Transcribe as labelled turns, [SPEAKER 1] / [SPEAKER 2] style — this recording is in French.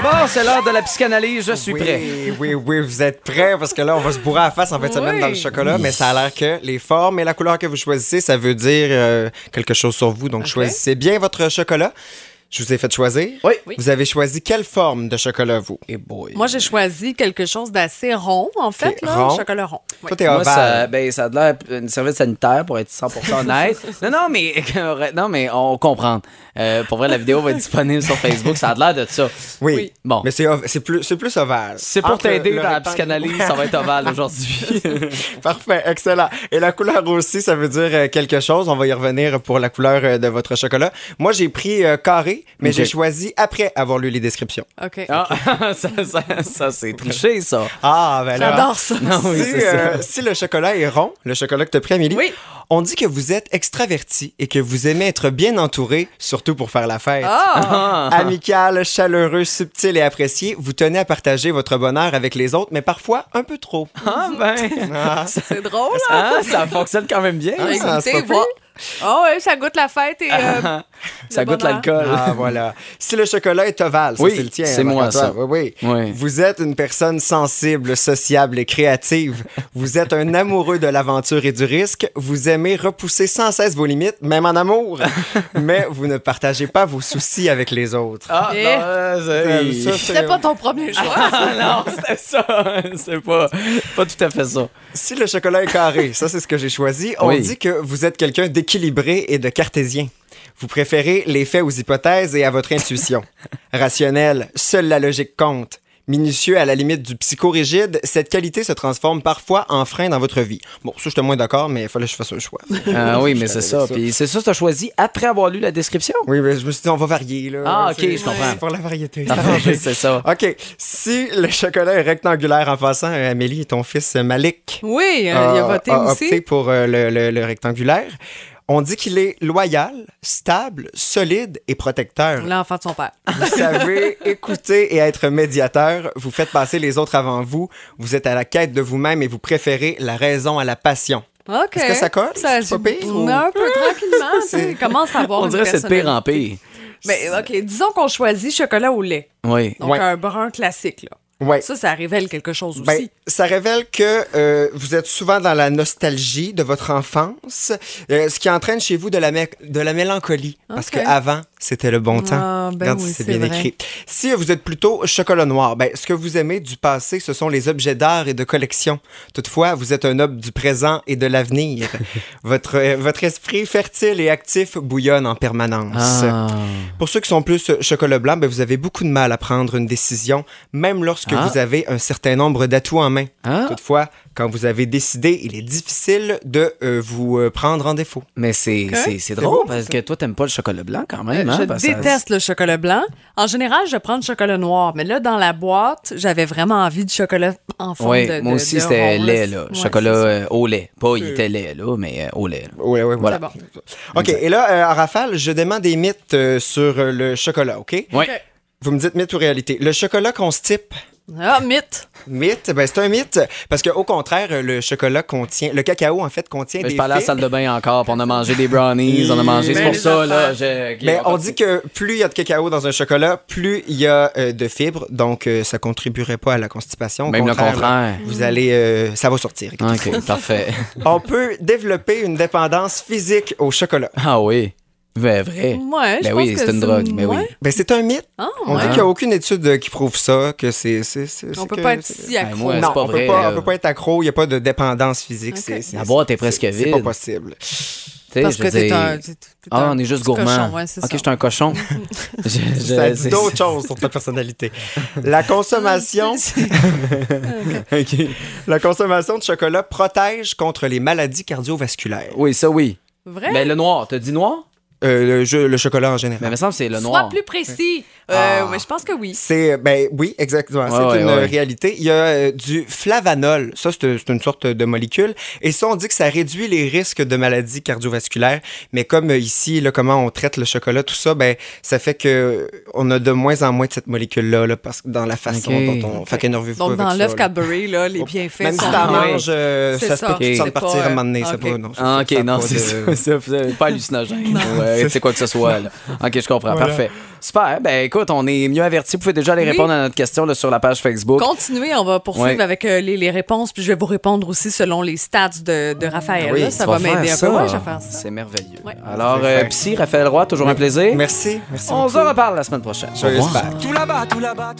[SPEAKER 1] Bon, c'est l'heure de la psychanalyse, je suis
[SPEAKER 2] oui,
[SPEAKER 1] prêt.
[SPEAKER 2] Oui, oui, vous êtes prêts parce que là, on va se bourrer à la face en fin de semaine
[SPEAKER 1] Oui.
[SPEAKER 2] dans le chocolat, mais ça a l'air que les formes et la couleur que vous choisissez, ça veut dire euh, quelque chose sur vous. Donc, choisissez bien votre chocolat. Je vous ai fait choisir.
[SPEAKER 1] Oui.
[SPEAKER 3] Oui.
[SPEAKER 2] Vous avez choisi quelle forme de chocolat, vous?
[SPEAKER 1] Et boy.
[SPEAKER 3] Moi, j'ai choisi quelque chose d'assez rond, en fait,
[SPEAKER 2] Ok,
[SPEAKER 3] là,
[SPEAKER 2] rond.
[SPEAKER 3] chocolat rond. Oui.
[SPEAKER 2] Toi, t'es
[SPEAKER 1] Moi, ça,
[SPEAKER 2] ovale.
[SPEAKER 1] ben, ça a de l'air une service sanitaire pour être 100% honnête. non, non, mais, non, mais on comprend. Euh, pour vrai, la vidéo va être disponible sur Facebook. Ça a de l'air de ça.
[SPEAKER 2] oui.
[SPEAKER 3] oui.
[SPEAKER 1] Bon.
[SPEAKER 2] Mais c'est ov- c'est plus, c'est plus ovale.
[SPEAKER 1] C'est pour
[SPEAKER 2] Entre
[SPEAKER 1] t'aider
[SPEAKER 2] le
[SPEAKER 1] dans la
[SPEAKER 2] rectangle-
[SPEAKER 1] psychanalyse. Ça va être ovale aujourd'hui.
[SPEAKER 2] Parfait, excellent. Et la couleur aussi, ça veut dire euh, quelque chose. On va y revenir pour la couleur euh, de votre chocolat. Moi, j'ai pris euh, carré, mais
[SPEAKER 1] Ok.
[SPEAKER 2] j'ai choisi après avoir lu les descriptions.
[SPEAKER 3] OK.
[SPEAKER 1] Ah, ça, ça, ça, c'est triché, ça.
[SPEAKER 2] Ah, ben là.
[SPEAKER 3] J'adore ça.
[SPEAKER 1] Non, oui,
[SPEAKER 2] si,
[SPEAKER 1] c'est ça.
[SPEAKER 2] euh, si le chocolat est rond, le chocolat que tu as pris, Amélie,
[SPEAKER 3] Oui.
[SPEAKER 2] on dit que vous êtes extraverti et que vous aimez être bien entouré, surtout pour faire la fête.
[SPEAKER 3] Ah!
[SPEAKER 2] Amical, chaleureux, subtil et apprécié, vous tenez à partager votre bonheur avec les autres, mais parfois un peu trop.
[SPEAKER 1] Ah, ben.
[SPEAKER 2] Ah,
[SPEAKER 3] C'est drôle, hein?
[SPEAKER 1] Ah, ça fonctionne quand même bien.
[SPEAKER 2] Ah, ça, Ah, c'est
[SPEAKER 3] Écoutez,
[SPEAKER 2] pas
[SPEAKER 3] voir. Oh, oui, ça goûte la fête et. euh,
[SPEAKER 1] Ah. Ça
[SPEAKER 3] le
[SPEAKER 1] goûte
[SPEAKER 3] bonheur.
[SPEAKER 1] l'alcool.
[SPEAKER 2] Ah, voilà. Si le chocolat est ovale, ça,
[SPEAKER 1] Oui,
[SPEAKER 2] c'est le tien.
[SPEAKER 1] c'est
[SPEAKER 2] hein,
[SPEAKER 1] moi,
[SPEAKER 2] Marc-Antoine.
[SPEAKER 1] ça.
[SPEAKER 2] Oui, oui.
[SPEAKER 1] Oui.
[SPEAKER 2] Vous êtes une personne sensible, sociable et créative. Vous êtes un amoureux de l'aventure et du risque. Vous aimez repousser sans cesse vos limites, même en amour. Mais vous ne partagez pas vos soucis avec les autres.
[SPEAKER 1] Ah,
[SPEAKER 3] Eh.
[SPEAKER 1] non, euh, c'est-
[SPEAKER 2] Ça, c'est-
[SPEAKER 3] C'était pas ton premier choix.
[SPEAKER 1] Ah, non, c'était ça. C'est pas, pas tout à fait ça.
[SPEAKER 2] Si le chocolat est carré, ça c'est ce que j'ai choisi, on
[SPEAKER 1] Oui.
[SPEAKER 2] dit que vous êtes quelqu'un d'équilibré et de cartésien. Vous préférez les faits aux hypothèses et à votre intuition. Rationnel, seule la logique compte. Minutieux à la limite du psychorigide, cette qualité se transforme parfois en frein dans votre vie. Bon, ça, je suis moins d'accord, mais il fallait que je fasse un choix.
[SPEAKER 1] Ah oui, mais
[SPEAKER 2] Je
[SPEAKER 1] c'est
[SPEAKER 2] savais
[SPEAKER 1] ça.
[SPEAKER 2] ça.
[SPEAKER 1] Puis c'est ça, t'as choisi après avoir lu la description.
[SPEAKER 2] Oui, mais je me suis dit, on va varier, là.
[SPEAKER 1] Ah, ok,
[SPEAKER 2] C'est-
[SPEAKER 1] je comprends.
[SPEAKER 2] c'est Pour la variété.
[SPEAKER 1] c'est ça.
[SPEAKER 2] ok, si le chocolat est rectangulaire en passant, euh, Amélie, ton fils euh, Malik,
[SPEAKER 3] Oui, euh, il a voté
[SPEAKER 2] opté
[SPEAKER 3] aussi.
[SPEAKER 2] pour euh, le, le- le rectangulaire. On dit qu'il est loyal, stable, solide et protecteur.
[SPEAKER 3] L'enfant de son père.
[SPEAKER 2] Vous savez écouter et être médiateur. Vous faites passer les autres avant vous. Vous êtes à la quête de vous-même et vous préférez la raison à la passion.
[SPEAKER 3] OK.
[SPEAKER 2] Est-ce que ça colle? C'est pas pire, ou-
[SPEAKER 3] Non, un peu tranquillement. tu sais, commence à avoir
[SPEAKER 1] On
[SPEAKER 3] une
[SPEAKER 1] dirait que c'est de
[SPEAKER 2] hein.
[SPEAKER 1] pire en
[SPEAKER 3] personnalité.
[SPEAKER 1] pire.
[SPEAKER 3] Mais OK, disons qu'on choisit chocolat au lait.
[SPEAKER 1] Oui.
[SPEAKER 3] Donc,
[SPEAKER 2] Ouais.
[SPEAKER 3] un brun classique, là.
[SPEAKER 2] Ouais.
[SPEAKER 3] Ça, ça révèle quelque chose aussi.
[SPEAKER 2] Ben, ça révèle que euh, vous êtes souvent dans la nostalgie de votre enfance, euh, ce qui entraîne chez vous de la, mé- de la mélancolie. Parce
[SPEAKER 3] Ok.
[SPEAKER 2] que avant c'était le bon temps.
[SPEAKER 3] Ah, ben
[SPEAKER 2] Regarde
[SPEAKER 3] oui,
[SPEAKER 2] si c'est
[SPEAKER 3] c'est
[SPEAKER 2] bien
[SPEAKER 3] vrai.
[SPEAKER 2] écrit. Si euh, vous êtes plutôt chocolat noir, ben, ce que vous aimez du passé, ce sont les objets d'art et de collection. Toutefois, vous êtes un homme du présent et de l'avenir. votre, euh, votre esprit fertile et actif bouillonne en permanence.
[SPEAKER 3] Ah,
[SPEAKER 1] Ah.
[SPEAKER 2] Pour ceux qui sont plus euh, chocolat blanc, ben, vous avez beaucoup de mal à prendre une décision, même lorsque
[SPEAKER 1] Ah.
[SPEAKER 2] vous avez un certain nombre d'atouts en main.
[SPEAKER 1] Ah.
[SPEAKER 2] Toutefois, quand vous avez décidé, il est difficile de euh, vous euh, prendre en défaut.
[SPEAKER 1] Mais c'est c'est- c'est drôle parce que toi, t'aimes pas le chocolat blanc quand même. hein,
[SPEAKER 3] Euh, Je
[SPEAKER 1] parce que ça-
[SPEAKER 3] déteste le chocolat blanc. En général, je prends le chocolat noir. Mais là, dans la boîte, j'avais vraiment envie de chocolat en forme
[SPEAKER 1] Oui,
[SPEAKER 3] de, de-
[SPEAKER 1] moi aussi,
[SPEAKER 3] de
[SPEAKER 1] c'était
[SPEAKER 3] rond,
[SPEAKER 1] lait, là.
[SPEAKER 3] Ouais,
[SPEAKER 1] chocolat
[SPEAKER 3] c'est ça.
[SPEAKER 1] euh, au lait. Pas il était lait, là, mais euh, au lait. là.
[SPEAKER 2] Oui, oui, voilà.
[SPEAKER 3] C'est
[SPEAKER 2] OK, et là, euh, en rafale, je demande des mythes euh, sur euh, le chocolat, OK?
[SPEAKER 1] Oui.
[SPEAKER 3] Ok.
[SPEAKER 2] Vous me dites mythe ou réalité. Le chocolat qu'on se type,
[SPEAKER 3] Ah, mythe.
[SPEAKER 2] mythe, ben, c'est un mythe, parce qu'au contraire, euh, le chocolat contient, le cacao, en fait, contient
[SPEAKER 1] Mais Ben,
[SPEAKER 2] des
[SPEAKER 1] je parlais à la
[SPEAKER 2] fibres.
[SPEAKER 1] salle de bain encore, puis on a mangé des brownies, on a mangé. C'est
[SPEAKER 2] Mais
[SPEAKER 1] pour
[SPEAKER 2] les
[SPEAKER 1] ça, là. je- ok,
[SPEAKER 2] Mais on
[SPEAKER 1] continue.
[SPEAKER 2] dit que plus il y a de cacao dans un chocolat, plus il y a euh, de fibres, donc euh, ça contribuerait pas à la constipation. Au
[SPEAKER 1] Même le
[SPEAKER 2] là,
[SPEAKER 1] contraire.
[SPEAKER 2] Vous allez, euh, ça va sortir.
[SPEAKER 1] Ok, parfait.
[SPEAKER 2] on peut développer une dépendance physique au chocolat.
[SPEAKER 1] Ah oui. Ben, vrai.
[SPEAKER 3] Ouais, hein, je
[SPEAKER 1] ben
[SPEAKER 3] pense
[SPEAKER 1] oui,
[SPEAKER 3] que
[SPEAKER 1] c'est une
[SPEAKER 3] c'est-
[SPEAKER 1] drogue. Ben oui.
[SPEAKER 3] ouais.
[SPEAKER 2] Ben, c'est un mythe.
[SPEAKER 3] Ah,
[SPEAKER 2] On dit
[SPEAKER 3] ouais.
[SPEAKER 2] qu'il n'y a aucune étude euh, qui prouve ça, que c'est. c'est- c'est-
[SPEAKER 3] On
[SPEAKER 2] c'est
[SPEAKER 3] peut
[SPEAKER 2] que-
[SPEAKER 3] pas être
[SPEAKER 2] c'est-
[SPEAKER 3] si accro.
[SPEAKER 1] Ouais, Ben, moi,
[SPEAKER 2] non,
[SPEAKER 1] c'est pas
[SPEAKER 2] on peut
[SPEAKER 1] vrai,
[SPEAKER 2] pas,
[SPEAKER 1] là.
[SPEAKER 2] on peut pas être accro, il n'y a pas de dépendance physique. c'est- c'est-
[SPEAKER 1] La boîte est presque
[SPEAKER 2] c'est- C'est
[SPEAKER 1] vide.
[SPEAKER 2] pas possible.
[SPEAKER 1] T'sais,
[SPEAKER 3] Parce
[SPEAKER 1] je
[SPEAKER 3] que
[SPEAKER 1] veux
[SPEAKER 3] t'es
[SPEAKER 1] dire-
[SPEAKER 3] un. t'es- t'es
[SPEAKER 1] Ah,
[SPEAKER 3] un
[SPEAKER 1] on est juste
[SPEAKER 3] petit cochon,
[SPEAKER 1] gourmand.
[SPEAKER 3] ouais, c'est
[SPEAKER 1] ok, je
[SPEAKER 3] ça.
[SPEAKER 1] suis un cochon. Je- je-
[SPEAKER 2] Ça dit
[SPEAKER 1] c'est-
[SPEAKER 2] d'autres choses sur ta personnalité. La consommation.
[SPEAKER 1] Ok.
[SPEAKER 2] La consommation de chocolat protège contre les maladies cardiovasculaires.
[SPEAKER 1] Oui, ça oui.
[SPEAKER 3] Vrai?
[SPEAKER 1] Ben, le noir, t'as dit noir?
[SPEAKER 2] Euh, le, jeu- le chocolat en général.
[SPEAKER 1] Mais il me semble que c'est le
[SPEAKER 3] Sois
[SPEAKER 1] noir.
[SPEAKER 3] plus précis.
[SPEAKER 2] Ah.
[SPEAKER 3] Euh, mais je pense que oui.
[SPEAKER 2] C'est, ben oui, exactement.
[SPEAKER 1] Ouais,
[SPEAKER 2] c'est
[SPEAKER 1] ouais,
[SPEAKER 2] une
[SPEAKER 1] ouais.
[SPEAKER 2] réalité. Il y a euh, du flavanol. Ça, c'est c'est une sorte de molécule. Et ça, on dit que ça réduit les risques de maladies cardiovasculaires. Mais comme euh, ici, là, comment on traite le chocolat, tout ça, ben, ça fait que on a de moins en moins de cette molécule-là, là, parce que dans la façon
[SPEAKER 1] Ok.
[SPEAKER 2] dont on. Fait qu'énervez-vous
[SPEAKER 3] Donc,
[SPEAKER 2] pas avec
[SPEAKER 3] dans
[SPEAKER 2] ça,
[SPEAKER 3] l'œuf
[SPEAKER 2] là.
[SPEAKER 3] Cadbury, là, les bienfaits
[SPEAKER 2] Même si
[SPEAKER 3] sont...
[SPEAKER 1] ça-
[SPEAKER 2] t'en
[SPEAKER 1] Ah, ouais.
[SPEAKER 2] manges, euh,
[SPEAKER 3] C'est
[SPEAKER 2] ça se peut
[SPEAKER 3] ça.
[SPEAKER 2] que tu
[SPEAKER 1] C'est
[SPEAKER 2] sens
[SPEAKER 3] pas,
[SPEAKER 2] partir à un
[SPEAKER 3] euh,
[SPEAKER 2] moment donné. C'est
[SPEAKER 3] ok.
[SPEAKER 2] pas, non, ça,
[SPEAKER 1] Ah,
[SPEAKER 2] ça
[SPEAKER 1] ok,
[SPEAKER 2] a
[SPEAKER 1] non,
[SPEAKER 2] pas
[SPEAKER 1] c'est ça,
[SPEAKER 2] de-
[SPEAKER 1] ça, c'est pas hallucinogène. ou, euh, c'est quoi que ce soit. là. Ok, je comprends.
[SPEAKER 2] Voilà.
[SPEAKER 1] Parfait. Super. Ben écoute, on est mieux avertis. Vous pouvez déjà aller
[SPEAKER 3] Oui.
[SPEAKER 1] répondre à notre question là, sur la page Facebook.
[SPEAKER 3] Continuez, on va poursuivre
[SPEAKER 1] Ouais.
[SPEAKER 3] avec euh, les, les réponses, puis je vais vous répondre aussi selon les stats de, de Raphaël. là,
[SPEAKER 1] Ah
[SPEAKER 3] ça
[SPEAKER 1] tu
[SPEAKER 3] va
[SPEAKER 1] vas faire
[SPEAKER 3] m'aider un peu.
[SPEAKER 1] ça.
[SPEAKER 3] Ouais, je vais faire ça.
[SPEAKER 1] C'est merveilleux.
[SPEAKER 3] Ouais.
[SPEAKER 1] Alors,
[SPEAKER 2] Je vais
[SPEAKER 1] euh,
[SPEAKER 2] faire.
[SPEAKER 1] Psy, Raphaël Roy, toujours un plaisir.
[SPEAKER 2] Merci. Merci.
[SPEAKER 1] On se
[SPEAKER 2] beaucoup.
[SPEAKER 1] reparle la semaine prochaine.
[SPEAKER 2] Je
[SPEAKER 1] Au revoir.
[SPEAKER 2] l'espère.